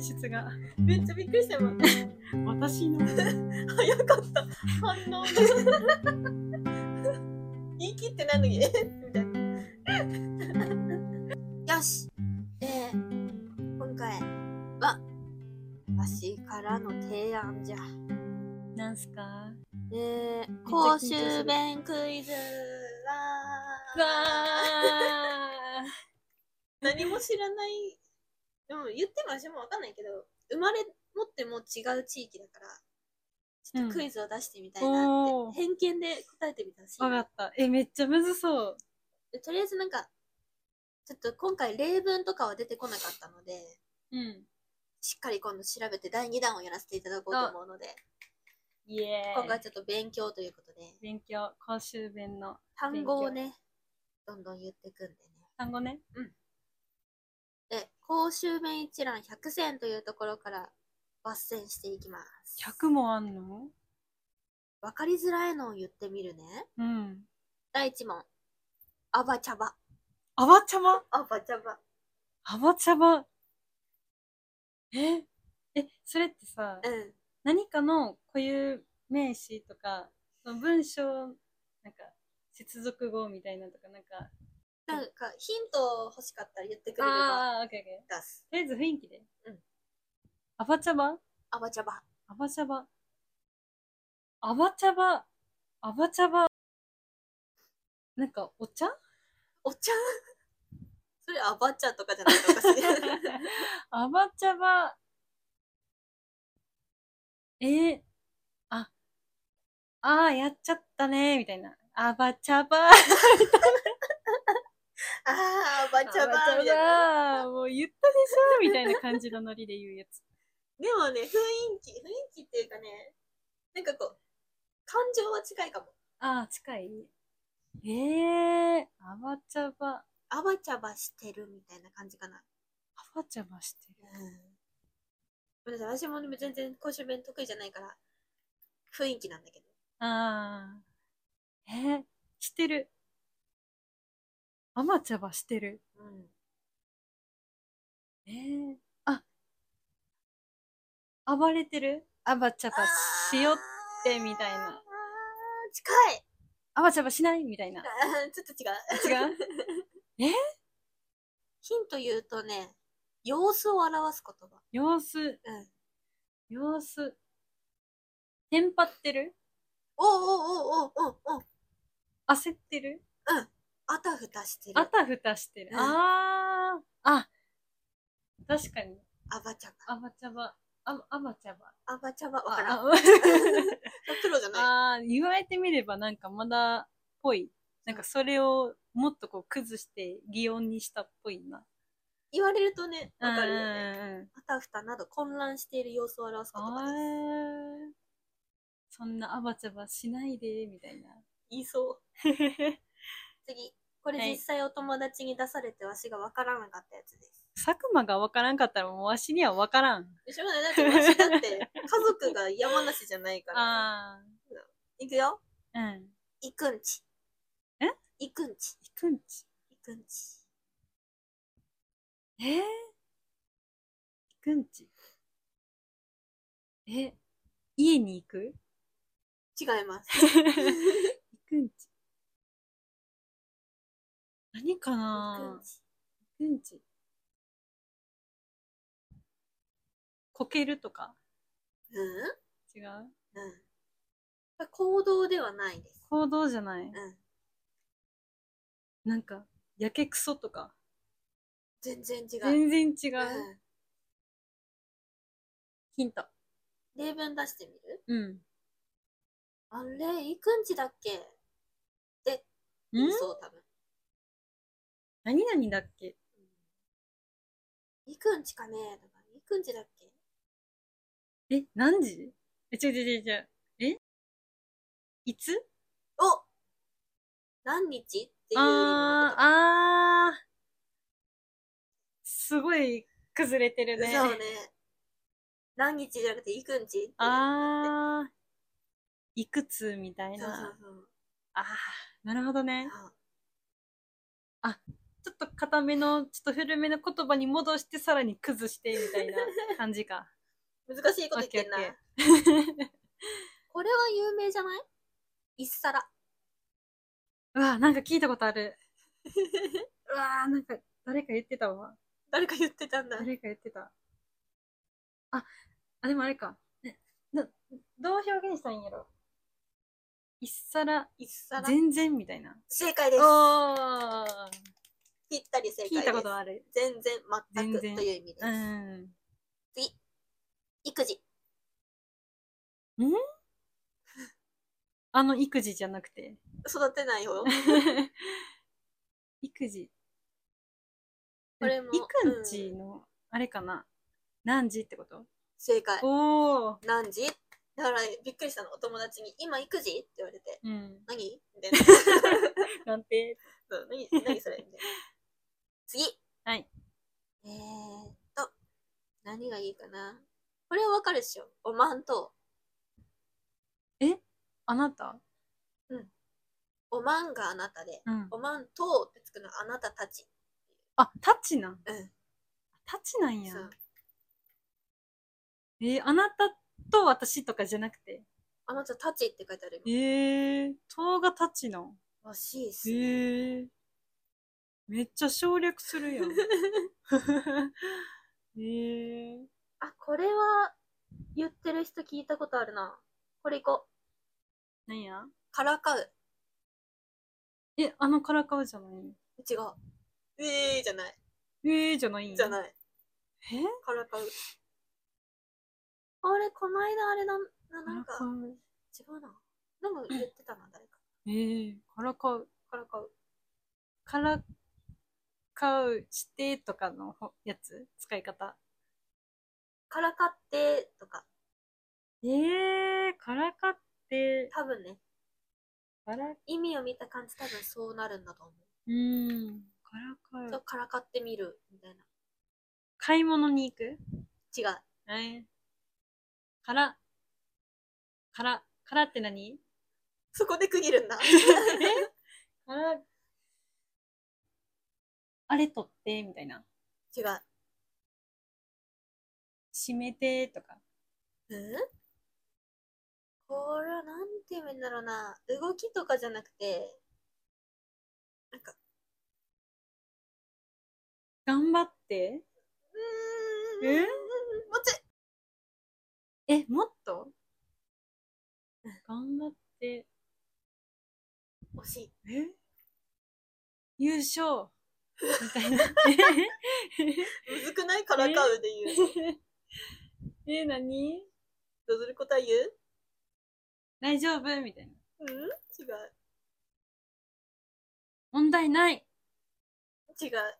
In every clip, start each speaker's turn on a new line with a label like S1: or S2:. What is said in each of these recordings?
S1: スがめっちゃびっくりしてもん
S2: 私の
S1: 早かった反応が言い切ってないのにえみたいなよしで今回は私からの提案じゃ
S2: なんすかわ
S1: で
S2: 緊張
S1: 公
S2: する
S1: 衆弁クイズは何も知らないでも言っても私もわかんないけど生まれ持っても違う地域だからちょっとクイズを出してみたいなって、
S2: うんおー
S1: 偏見で答えてみたし
S2: ーわかったえめっちゃむずそう
S1: でとりあえずなんかちょっと今回例文とかは出てこなかったので
S2: うん
S1: しっかり今度調べて第2弾をやらせていただこうと思うので
S2: イエ
S1: 今
S2: ー
S1: 回
S2: イ
S1: ちょっと勉強ということで
S2: 勉強公衆弁の
S1: 単語をねどんどん言っていくんでね
S2: 単語ね
S1: で公衆弁一覧100選というところから抜選していきます
S2: 100もあんの
S1: わかりづらいのを言ってみるね。
S2: うん
S1: 第一問。アバチャバ。
S2: あばちゃば
S1: アバチャバ。
S2: あばちゃばええそれってさ
S1: うん。
S2: 何かの固有名詞とかその文章なんか接続語みたいなとかなんか
S1: なんか、ヒント欲しかったら言ってくれれば
S2: ああーオッケーオッケー
S1: 出す。
S2: とりあえず雰囲気で
S1: うん
S2: アバチャバ
S1: アバチャバ。
S2: アバチャバアバチャバアバチャバなんかお茶
S1: お茶それアバチャとかじゃないとおか しい。
S2: アバチャバえー、ああーやっちゃったねみたいなアバチャバ
S1: あー、アバチャバみたいな。
S2: あーもう言ったでしょみたいな感じのノリで言うやつ。
S1: でもね、雰囲気、雰囲気っていうかね、なんかこう、感情は近いかも。
S2: ああ、近いええー、アバチャバ、ア
S1: アバチャバしてるみたいな感じかな。
S2: バチャバしてる。
S1: ごめんなさい私もでも全然公衆弁得意じゃないから、雰囲気なんだけど。
S2: ああ。えー、してる。アマチャバしてる。
S1: うん。
S2: えー、あ、暴れてるアバチャバしよってみたいな。
S1: あー近い
S2: アバチャバしないみたいな。
S1: あーちょっと違う。
S2: 違うえ
S1: ヒント言うとね、様子を表す言葉。
S2: 様子、
S1: うん。
S2: 様子。テンパってる
S1: おうおうおうおうおうおう
S2: 焦ってる
S1: あたふたしてる。
S2: あたふたしてる。
S1: うん
S2: ああ。あ、確かに。
S1: アバチャ
S2: アバチャバ。アアバチャバ。
S1: バ。アバチャバ。わからん。
S2: あ
S1: プロじゃない。
S2: ああ ー、言われてみればなんかまだっぽい。なんかそれをもっとこう崩して擬音にしたっぽいな。
S1: 言われるとね、わかるよ
S2: うん
S1: ね。
S2: うんうん。
S1: あたふたなど混乱している様子を表す言葉です。
S2: あーそんなアバチャバしないで、みたいな。
S1: 言い そう。次。これ
S2: はい
S1: 実際お友達に出されてわしがわからなかったやつです。
S2: 佐久間がわからんかったらもうわしにはわからん。
S1: しょうがない。だってわしだって 家族が山梨じゃないから。
S2: あ
S1: いくよ。
S2: あ。うん。
S1: いくんち。
S2: え
S1: いくんち。
S2: いくんち。
S1: いくんち。
S2: えー、いくんち。え、家に行く
S1: 違います。
S2: い くんち。何かないいくんち。こけるとか
S1: くんち。うん
S2: 違う
S1: うん。行動ではないです。
S2: 行動じゃない
S1: うん。
S2: なんか、やけくそとか。
S1: 全然違う。
S2: 全然違
S1: う
S2: う。
S1: ん
S2: ヒント。
S1: 例文出してみる
S2: うん。
S1: あれ、いくんちだっけ
S2: ん
S1: そう、多分。
S2: 何々だっけ
S1: いくんちかねとか、いくんちだっけ
S2: え、何時え、違う違う違う違う。えいつ
S1: お何日っていう意味の
S2: あ
S1: こ
S2: ー、あー。すごい崩れてる
S1: と
S2: ね。
S1: そうね。何日じゃなくて、いくんちっていう
S2: あー。いくつみたい
S1: そうそう
S2: な。
S1: そう。
S2: あー、なるほどね。
S1: あ
S2: ちょっと固めの、ちょっと古めの言葉に戻して、さらに崩して、みたい な感じか。
S1: 難しいこと言ってんな
S2: オッケーオッ。
S1: これは有名じゃない一皿。
S2: うわ、なんか聞いたこと ある。うわ、なんか、誰か言ってたわ。
S1: 誰か言ってたんだ。
S2: 誰か言ってた。あ、あ、でもあれか。ねなどう表現したらいいんやろ。一皿、
S1: 一皿。
S2: 全然みたいな。
S1: 正解です。
S2: おー
S1: ぴったり正解です。
S2: 聞いたことある。
S1: 全然、全くと
S2: 全然
S1: いう意味です。
S2: うん。
S1: 次。育児。
S2: あの、育児じゃなく て。
S1: 育てないよ。
S2: 育児。
S1: これも
S2: 育児の、あれかな。何時ってこと
S1: 正解。
S2: おお。
S1: 何時だからびっくりしたの。お友達に、今育児って言われて、
S2: うん。
S1: 何みたいな。
S2: なんて。
S1: そう何何それみたいな。次。
S2: はい。
S1: えーっと、何がいいかな。これはわかるでしょ。おまんと、
S2: あなた
S1: おまんがあなたで、
S2: うん。
S1: おまんとってつくのはあなたたち。
S2: あ、タッチなん。
S1: うん。
S2: タッチなんや
S1: そ。う。
S2: えーあなたと私とかじゃなくて。
S1: あなたたちって書いてある。
S2: えー、塔がタッチなん。
S1: らしいっす
S2: え
S1: ね。
S2: ー、めっちゃ省略するやん。 えー、
S1: あ、これは言ってる人聞いたことあるな。これいこう。
S2: なんや
S1: からかう。
S2: え、あのからかうじゃない
S1: 違う。ええー、じゃない。
S2: えー、じゃないん
S1: じゃ
S2: い。
S1: ない。
S2: え
S1: からかう。あれ、この間あれな、な
S2: か
S1: な
S2: ら
S1: んか、
S2: かう。
S1: 違うな。なんか言ってたな、誰か。
S2: えー、からかう。
S1: からかう。
S2: からかうしてとかのほやつ使い方。
S1: からかって、とか。
S2: えー、からかって、
S1: 多分ね、
S2: から、
S1: 意味を見た感じ多分そうなるんだと思
S2: うん、から
S1: う。
S2: か
S1: そうう。からかってみる、みたいな。
S2: 買い物に行く
S1: 違う。
S2: はい。から、から、からって 何
S1: そこで区切るんだ。
S2: えから、あれ取って、みたいな。
S1: 違う。
S2: 閉めて、とか。
S1: うんこれはなんて言えばいいんだろうな。動きとかじゃなくて、なんか、
S2: 頑張って。
S1: うーん、
S2: え
S1: もうちょい
S2: え、もっと頑張って。
S1: 惜しい。
S2: え優勝みたいな。
S1: むずくないからかうで言う。
S2: え え、何
S1: どうする答え言う
S2: 大丈夫みたいな。
S1: うん違う。
S2: 問題ない
S1: 違う。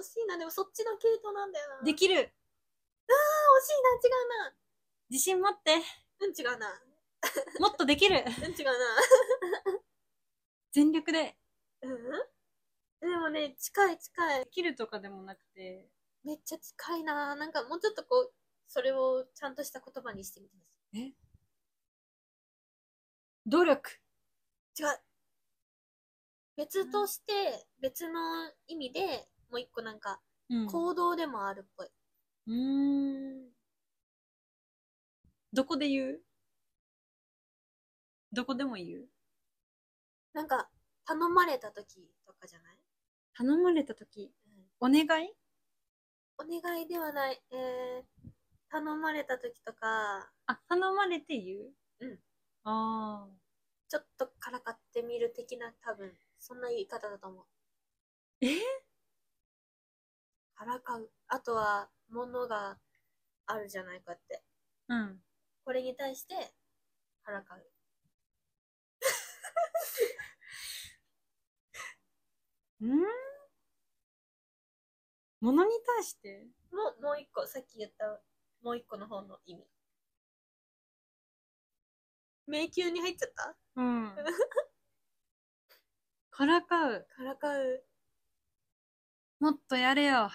S1: 惜しいな。でもそっちの系統なんだよな。
S2: できる
S1: あ、惜
S2: 自信持って
S1: しいな。違うな。
S2: もっとできる
S1: うん、違うな。
S2: 全力で
S1: うん、違うな。うんでもね、近い近い。
S2: できるとかでもなくて、
S1: めっちゃ近いな。なんかもうちょっとこう、それをちゃんとした言葉にしてみてほ
S2: 努力
S1: しい違う。別として、別の意味で、もう一個なんか、
S2: うんう
S1: 行動でもあるっぽい。
S2: ーん。どこで言うどこでも言う
S1: なんか、頼まれた時とかじゃない、
S2: 頼まれた時、
S1: うん
S2: お願い
S1: お願いではない、えー、頼まれた時とか、
S2: あ、頼まれて言う
S1: うん。
S2: ああ。
S1: ちょっとからかってみる的な、多分、そんな言い方だと思う。
S2: え
S1: からかう。あとは、ものがあるじゃないかって。
S2: うん。
S1: これに対して、からかう。
S2: うんものに対して
S1: もう、もう一個、さっき言った、もう一個の方の意味。迷宮に入っちゃった
S2: うん。 からかう。
S1: からかう。
S2: もっとやれよ。
S1: は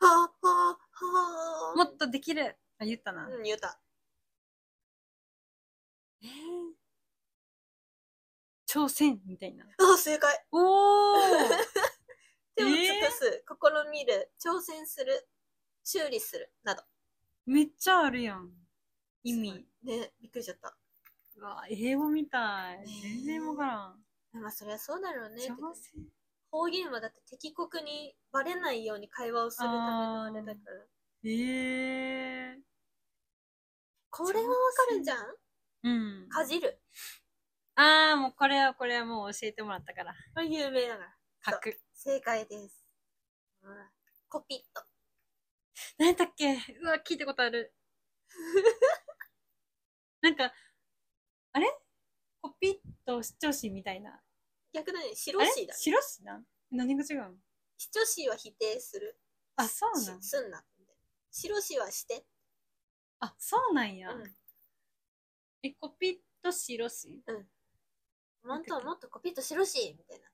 S1: あ、はあ、はあ。
S2: もっとできる。あ、言ったな。
S1: うん、言うた。
S2: えー挑戦みたいな。
S1: あ、正解。
S2: おー
S1: 手を尽くす、試みる、挑戦する、修理する、など。
S2: めっちゃあるやん。意味。
S1: ね、びっくりしちゃった。
S2: うわ、英語みたい。全然わからん。
S1: まあ、そりゃそうだろうね。
S2: 挑
S1: てか
S2: 戦。
S1: 方言はだって敵国にバレないように会話をするためのあれだから。
S2: ええ
S1: これはわかるじゃん
S2: うん。
S1: かじる。
S2: ああ、もうこれはこれはもう教えてもらったから。
S1: これ有名だから。
S2: 書く。
S1: 正解です。うんコピット。
S2: 何だっけうわ、聞いたことある。 なんか、あれコピッと視聴詞みたいな。
S1: 逆だね、白
S2: あれ
S1: 紙だ。
S2: 白詞なん何が違うの
S1: 視聴詞は否定する。
S2: あ、そう
S1: し
S2: なん
S1: すんな。白紙はして。
S2: あ、そうなん
S1: う
S2: や。
S1: ん。
S2: え、コピッと白詞
S1: もっともっとコピット白紙みたいな。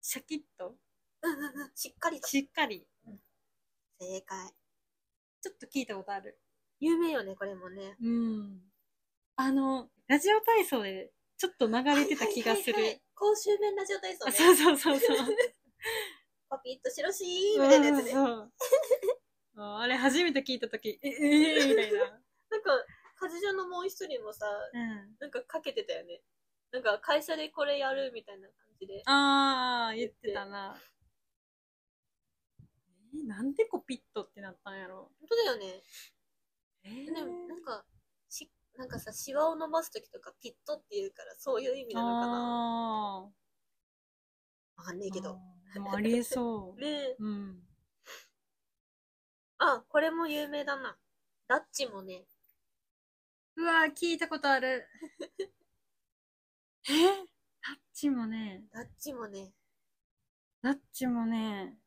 S2: シャキッと
S1: うんうんうん。しっかりと。
S2: しっかり。
S1: 正解。
S2: ちょっと聞いたことある。
S1: 有名よね、これもね。
S2: うん。あの、ラジオ体操でちょっと流れてた気がす
S1: はいはいはいは
S2: る
S1: い。。公衆弁ラジオ体操
S2: あ、
S1: ね。
S2: そうそうそう そう。
S1: コピット白紙みたいなやつね。
S2: そうそう そうあれ初めて聞いた時ええー、みたい
S1: なんか、カジジョのもう一人もさ、
S2: な、
S1: なんかかけてたよね。なんか会社でこれやるみたいな感じで。
S2: ああ言ってたなえー、なんでコピットってなったんやろ
S1: 本当だよね。
S2: えー
S1: でもなんか、し、なんかさ、シワを伸ばすときとかピットって言うから、そういう意味なのかな
S2: あ
S1: わかんない
S2: ー
S1: けど。
S2: あーでもありえそう、
S1: ねえ。
S2: うん、
S1: あ、これも有名だな。ダッチもね、
S2: うわー聞いたことある えー、ラッチもね
S1: ダッチもね、
S2: ラッチもね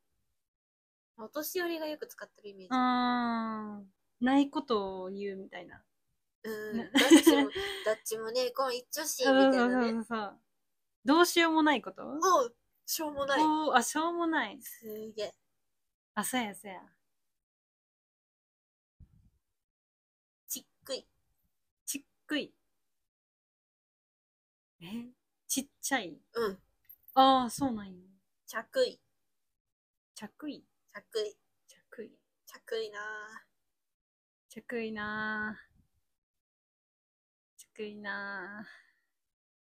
S1: お年寄りがよく使ってるイメージ。
S2: あーないことを言うみたいな
S1: うん。
S2: ね
S1: ダッチも、ダッチもね、こう一女子みたいなね。
S2: うそう。どうしようもないこと
S1: もう、しょうもない。
S2: おーあ、しょうもない。
S1: すげえ。
S2: あ、そうやそうや。
S1: ちっくい。
S2: ちっくい。えちっちゃい。
S1: うん。
S2: ああ、そうなんや。
S1: ちゃくい。
S2: ちゃくい。
S1: ちゃくい。
S2: ちゃくい。
S1: ちゃくいなぁ。
S2: ちゃくいなぁ。ちゃくいな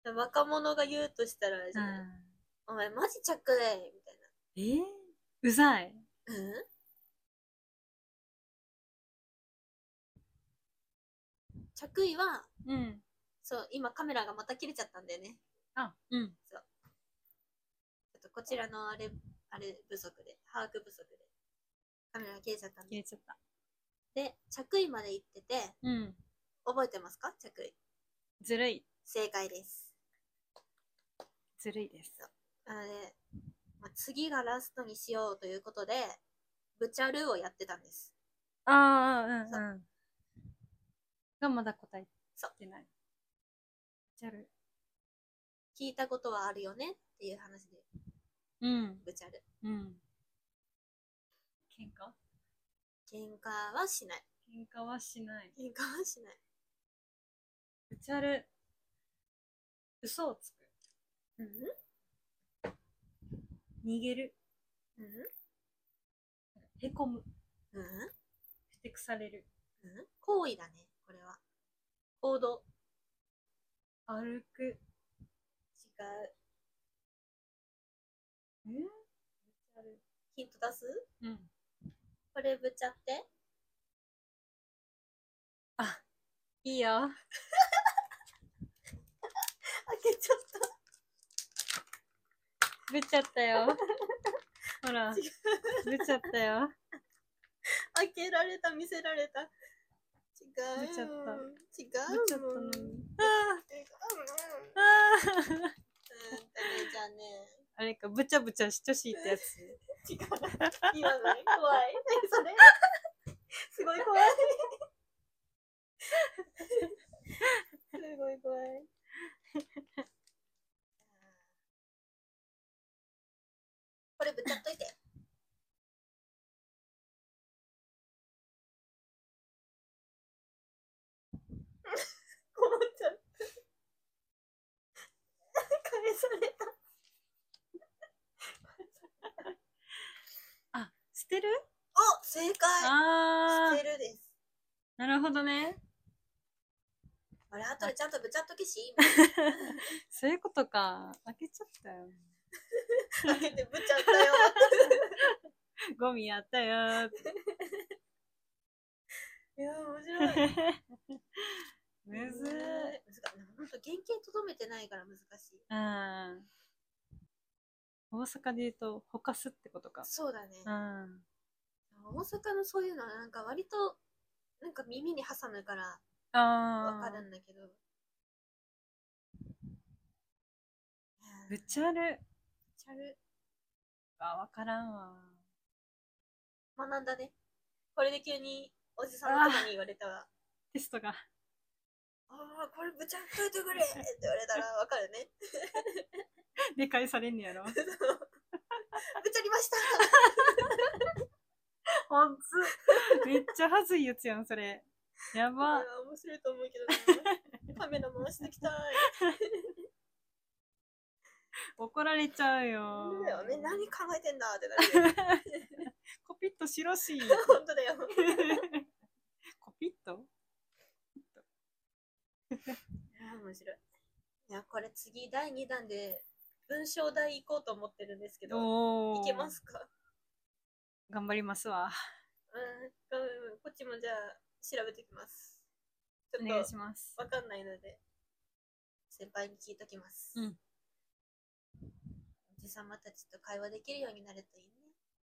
S1: 若者が言うとしたらあれじ
S2: ぁ。
S1: ゃ
S2: う
S1: ない、
S2: ん。
S1: お前マジ着衣み
S2: えー、うざい。
S1: たいな。うん着衣は、
S2: うん。
S1: そう、今カメラがまた切れちゃったんだよね。
S2: あ、うん。
S1: ちょっとこちらのあれ、あれ不足で、把握不足で。カメラが切れちゃったん
S2: 消
S1: で。
S2: えちゃった。
S1: で、着衣まで行ってて、
S2: うん。
S1: 覚えてますか着衣。
S2: ずるい。
S1: 正解です。
S2: ずるいです。
S1: なので、まあ、次がラストにしようということで、ブチャルーをやってたんです。
S2: ああ、うんうん。がまだ答えてない。じゃる。
S1: 聞いたことはあるよねっていう話で、
S2: うん。
S1: ブチャル。
S2: うん。喧嘩
S1: 喧嘩はしない。
S2: 喧嘩はしない。
S1: 喧嘩はしない。
S2: ぶちゃる。嘘をつく。
S1: うん
S2: 逃げる。
S1: うん
S2: へこむ。
S1: うん
S2: ふてくされる。
S1: うん行為だね、これは。行動。
S2: 歩く。
S1: 違う。
S2: えぶちゃる。
S1: ヒント出す
S2: うん。
S1: これぶちゃって。
S2: いい
S1: 開
S2: よ。
S1: けちゃった。
S2: ぶっちゃった よ。ほら。ぶ
S1: 違
S2: っちゃったよ。
S1: 開けられた、見せられた。違う。
S2: ぶちゃった
S1: 違
S2: ぶっちゃ
S1: う
S2: った
S1: もん。違うもん。
S2: の
S1: うん
S2: に。あ
S1: だ
S2: あ。ああ。
S1: ねじゃあね。
S2: あれか、ぶちゃぶちゃしとしいってやつ。
S1: 違う。いらない。怖い。何それ。すごい怖い。すごい怖い。これぶっちゃっといて。 困っちゃ った。返された。
S2: てる
S1: お正解
S2: あ
S1: 捨
S2: ー
S1: てるです。
S2: なるほどね
S1: あれ、後でちゃんとぶちゃっと消し、
S2: そういうことか開けちゃったよ
S1: 今開けてぶちゃったよ。
S2: ゴミやったよーって
S1: いやー、面白い。
S2: むず
S1: むずい
S2: ー
S1: ほんと原型とどめてないから難しい。
S2: うん大阪で言うとほかすってことか
S1: そうだね。
S2: うん
S1: 大阪のそういうのはなんか割と、なんか耳に挟むからわ
S2: あ
S1: かる
S2: あ
S1: んだけど。
S2: ぶちゃる
S1: ちゃる。
S2: あわからんわ
S1: 学んだね。これで急におじさんのとかに言われたら、
S2: テストが
S1: ああー、これぶちゃっといてくれって言われたらわか るね。
S2: 理解されんねやろほんつ
S1: ぶちゃりま した
S2: めっちゃはずいやつやんそれや
S1: いや
S2: ば
S1: 面白いと思うけ どなカメラ回してきたい
S2: 怒られちゃうよ
S1: そうだよね何考えてんだってなるよ
S2: コピットしろ し
S1: 本当だよ
S2: コピット
S1: 面白いいやこれ次第2弾で文章題行こうと思ってるんですけど
S2: お
S1: い
S2: ー
S1: けますか
S2: 頑張りますわ
S1: うんうんこっちもじゃあ調べてきますち
S2: お
S1: ょ
S2: 願
S1: っ
S2: い
S1: と
S2: します
S1: わかんないので先輩に聞いときます、
S2: うん
S1: おじさまたちと会話できるようになるといいね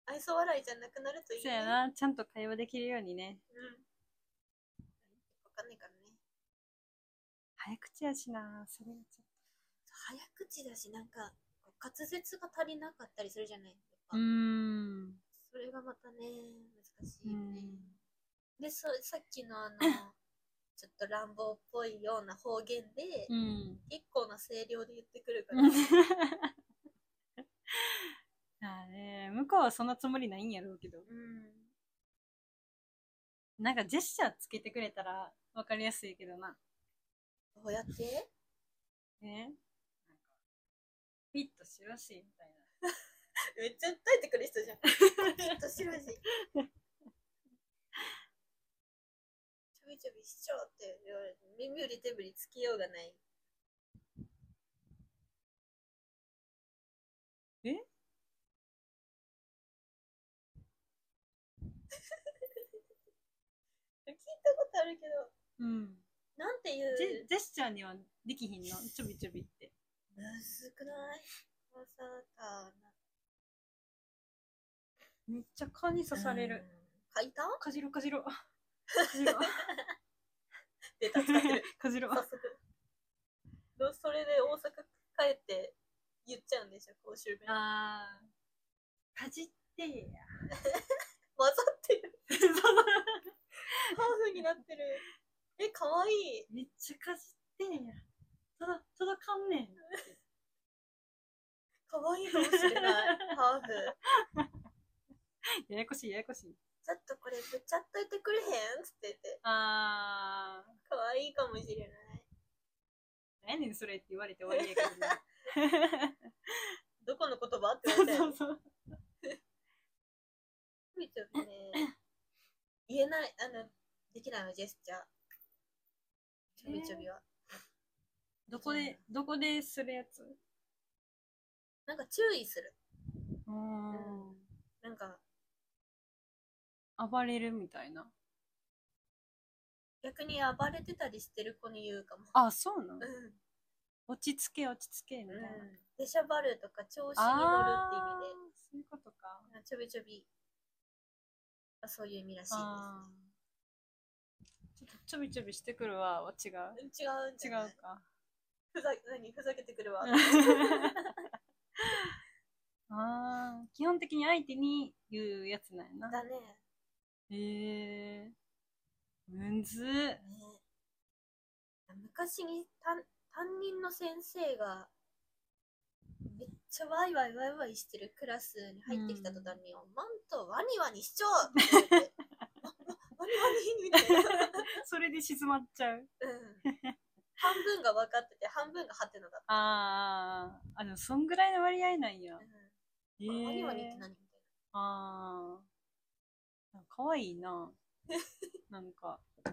S1: 愛想笑いじゃなくなるといい
S2: そう
S1: ね
S2: やなちゃんと会話できるようにね
S1: うん。わかんないからね。
S2: 早口やしなそれがちょっ
S1: 早口だし、なんか、こう滑舌が足りなかったりするじゃないです
S2: と
S1: か。
S2: うーん
S1: それがまたね、難し
S2: う
S1: いよね。
S2: ん
S1: でそ、さっきのあの、ちょっと乱暴っぽいような方言で、
S2: うん
S1: 結構な声量で言ってくるから、
S2: あれ向こうはそんなつもりないんやろうけど
S1: うん。
S2: なんかジェスチャーつけてくれたら分かりやすいけどな
S1: どうやって
S2: ねなんかピッとしろしみたいな
S1: めっちゃ訴えてくる人じゃん。きっとしろし。ちょびちょびしちゃうって言われて、耳より手振りつけようがない。
S2: え
S1: 聞いたことあるけど、
S2: うん
S1: なんてい
S2: ジ
S1: う
S2: ェジェスチャーにはできひんのちょびちょびって
S1: むずくないまさかな。
S2: めっちゃ蚊に刺され
S1: うん
S2: る。
S1: 書いた
S2: かじろかじろかじろ
S1: データ使ってる。
S2: かじろ
S1: 早速どうそれで大阪帰って言っちゃうんでしょ公衆弁混ざ
S2: あーかじってや
S1: ってる ハーフになってるえ可愛い
S2: めっちゃかじってやとど届かんねん
S1: 可愛いかもしれないハーフ
S2: ややこしいややこしい
S1: ちょっとこれぶっちゃっといてくれへんっつって言って
S2: あ
S1: 可愛いかもしれない
S2: ー何やねんそれって言われて終わりやけどな
S1: どこの言葉って
S2: そ
S1: 言
S2: う
S1: われ
S2: そう
S1: て
S2: そう
S1: ちょびちょびね言えないあのできないのジェスチャーちょびちょびは、
S2: どこでどこでするやつ
S1: なんか注意する
S2: うん
S1: なんか
S2: 暴れるみたいな
S1: 逆に暴れてたりしてる子に言うかも
S2: あそうなの
S1: うん
S2: 落ち着け落ち着けみたいな、
S1: うんでしゃばるとか調子に乗るって
S2: あ
S1: 意
S2: ーそういうことか
S1: 味で、ちょびちょび、あそういう意味らしいです
S2: あーちょっとちょびちょびしてくるわは違う
S1: ね。違うん
S2: 違
S1: じ
S2: う
S1: ゃない
S2: か
S1: ふざ何ふざけてく るわ。
S2: あー基本的に相手に言うやつなんやな
S1: だね。
S2: へえー、むずっ
S1: ね昔に担担任の先生がめっちゃワイワイワイワイしてるクラスに入ってきた途端に、マントワニワニしちゃうって言われて ああワニワニみた いな。
S2: それで静まっちゃう
S1: うん半分が分かってて半分がハテナだった。
S2: あー あでもそんぐらいの割合なんや
S1: うん
S2: へえ
S1: ワニワニって何みたいな。
S2: あなんかわいいな なんか
S1: 100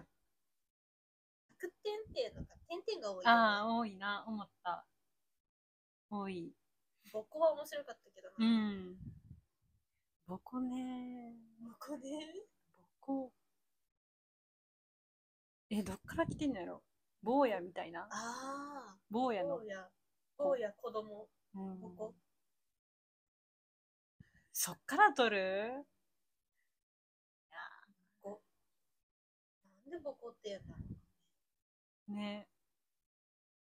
S1: 点っていうのが点々が多いよね、
S2: ああ多いな思った多い
S1: 母校は面白かったけど
S2: う
S1: な、
S2: ん母校ね
S1: 母校ね
S2: 母校えどっから来てんのやろ坊やみたいな
S1: ああ
S2: 坊やの
S1: 坊や坊や子供
S2: うん
S1: 母校
S2: そっから取る
S1: なんで母校ってやったの
S2: ね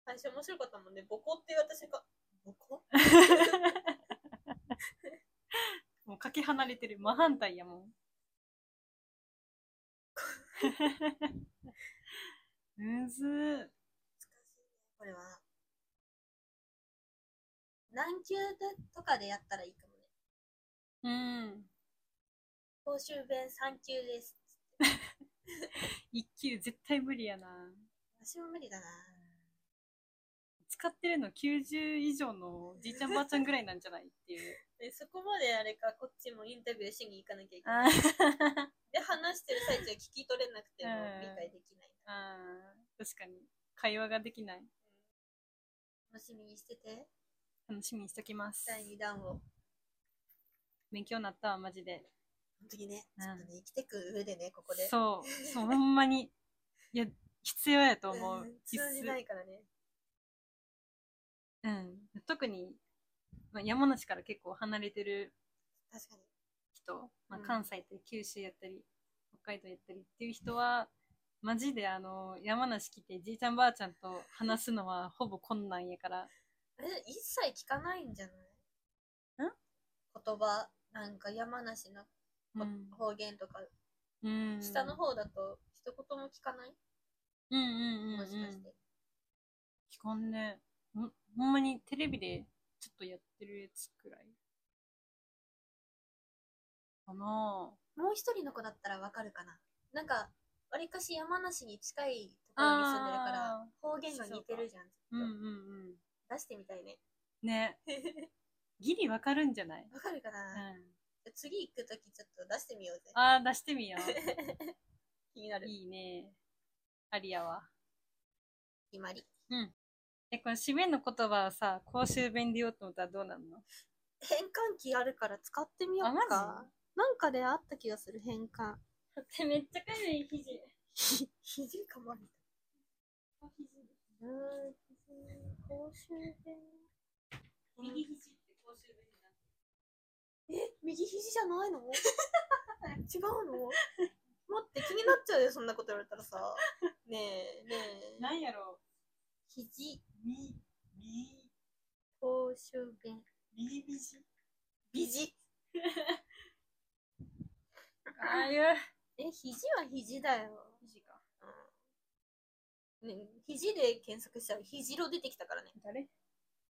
S1: 最初面白かったもんね母校って私が母校
S2: もうかけ離れてる真反対やもん むずー
S1: 難しいねこれは何級でとかでやったらいいかもね
S2: うん
S1: 公衆弁3級です
S2: 一級絶対無理やな
S1: 私も無理だな
S2: 使ってるの90以上のじいちゃんばあちゃんぐらいなんじゃないっていう
S1: でそこまであれかこっちもインタビューしに行かなきゃいけない
S2: あー
S1: で話してる最中は聞き取れなくても
S2: うん
S1: 理解できないな
S2: あー確かに会話ができない
S1: 楽しみにしてて
S2: 楽しみにしときます
S1: 第2弾を
S2: 勉強になったわマジで
S1: 本当にね
S2: うん
S1: ちょっとね生きてく上でねここで
S2: そうそうほんまにいや必要やと
S1: ん
S2: 思う必
S1: 通じ
S2: 須
S1: ないからね
S2: うん、特に、まあ、山梨から結構離れてる
S1: 確かに
S2: 人、まあ
S1: うん、
S2: 関西やったり九州やったり北海道やったりっていう人はマジであの山梨来てじいちゃんばあちゃんと話すのはほぼ困難やから
S1: え一切聞かないんじゃない
S2: ん
S1: 言葉なんか山梨のこ
S2: うん
S1: 方言とか、
S2: うん
S1: 下の方だと一言も聞かない、
S2: うんうんうん、うん、
S1: もしかして
S2: 聞かんねほんほんまにテレビでちょっとやってるやつくらいかなぁ
S1: もう一人の子だったらわかるかななんかわりかし山梨に近いところに住んでるから
S2: あ
S1: 方言が似てるじゃん、
S2: うんうん
S1: ずっ
S2: うん
S1: と出してみたいね
S2: ねギリわかるんじゃない、
S1: わかるか
S2: う
S1: な、
S2: ん、
S1: 次行くときちょっと出してみようぜ
S2: あー出してみよう
S1: 気になる
S2: いいね。ありやわ。
S1: 決まり
S2: え、この締めの言葉はさ、公衆弁で言おうと思ったらどうなるの
S1: 変換器あるから使ってみよ
S2: あマ
S1: う
S2: ジ
S1: かなんかであった気がする変換
S2: ってめっちゃかゆい肘。
S1: ひ 肘かまれたうーん公衆弁
S2: 右肘って公衆弁にな
S1: え右肘じゃない の違うの待って気になっちゃうよそんなこと言われたらさねえねえ
S2: んやろ
S1: 肘
S2: み、み、
S1: 公衆弁
S2: み肘。
S1: 美肘
S2: ああいう。
S1: え肘は肘だよ、
S2: 肘か。
S1: うんね、肘で検索しちゃう肘ろ出てきたからね
S2: 誰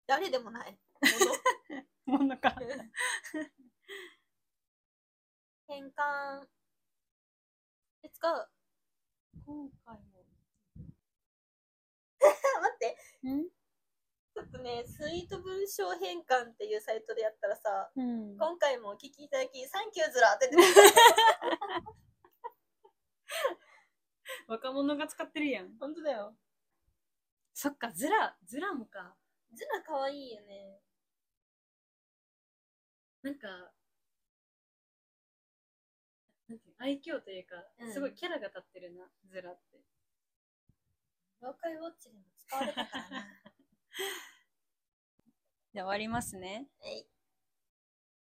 S1: 誰でもない
S2: ものか。
S1: もの変換え使う
S2: 今回
S1: 待って
S2: も。ん
S1: ちょっとねスイート文章変換っていうサイトでやったらさ、
S2: うん
S1: 今回もお聞きいただき、サンキューズラって出てきた。
S2: 若者が使ってるやん。
S1: 本当だよ。
S2: そっか、ズラ、ズラもか。
S1: ズラ可愛いよね。
S2: なんか、なんていう愛嬌というか、
S1: うん
S2: すごいキャラが立ってるな、ズラって。
S1: 妖怪ウォッチでも使われたからな。は
S2: じゃあ終わりますね。
S1: い。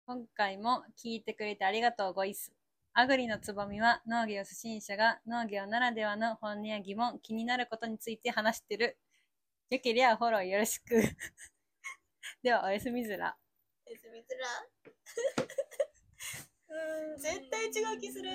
S2: 今回も聞いてくれてありがとうごいす。アグリのつぼみは農業初心者が農業ならではの本音や疑問、気になることについて話してる。よけりゃフォローよろしく。 ではおやすみずら。
S1: えずみズラ。うーん、絶対違う気する。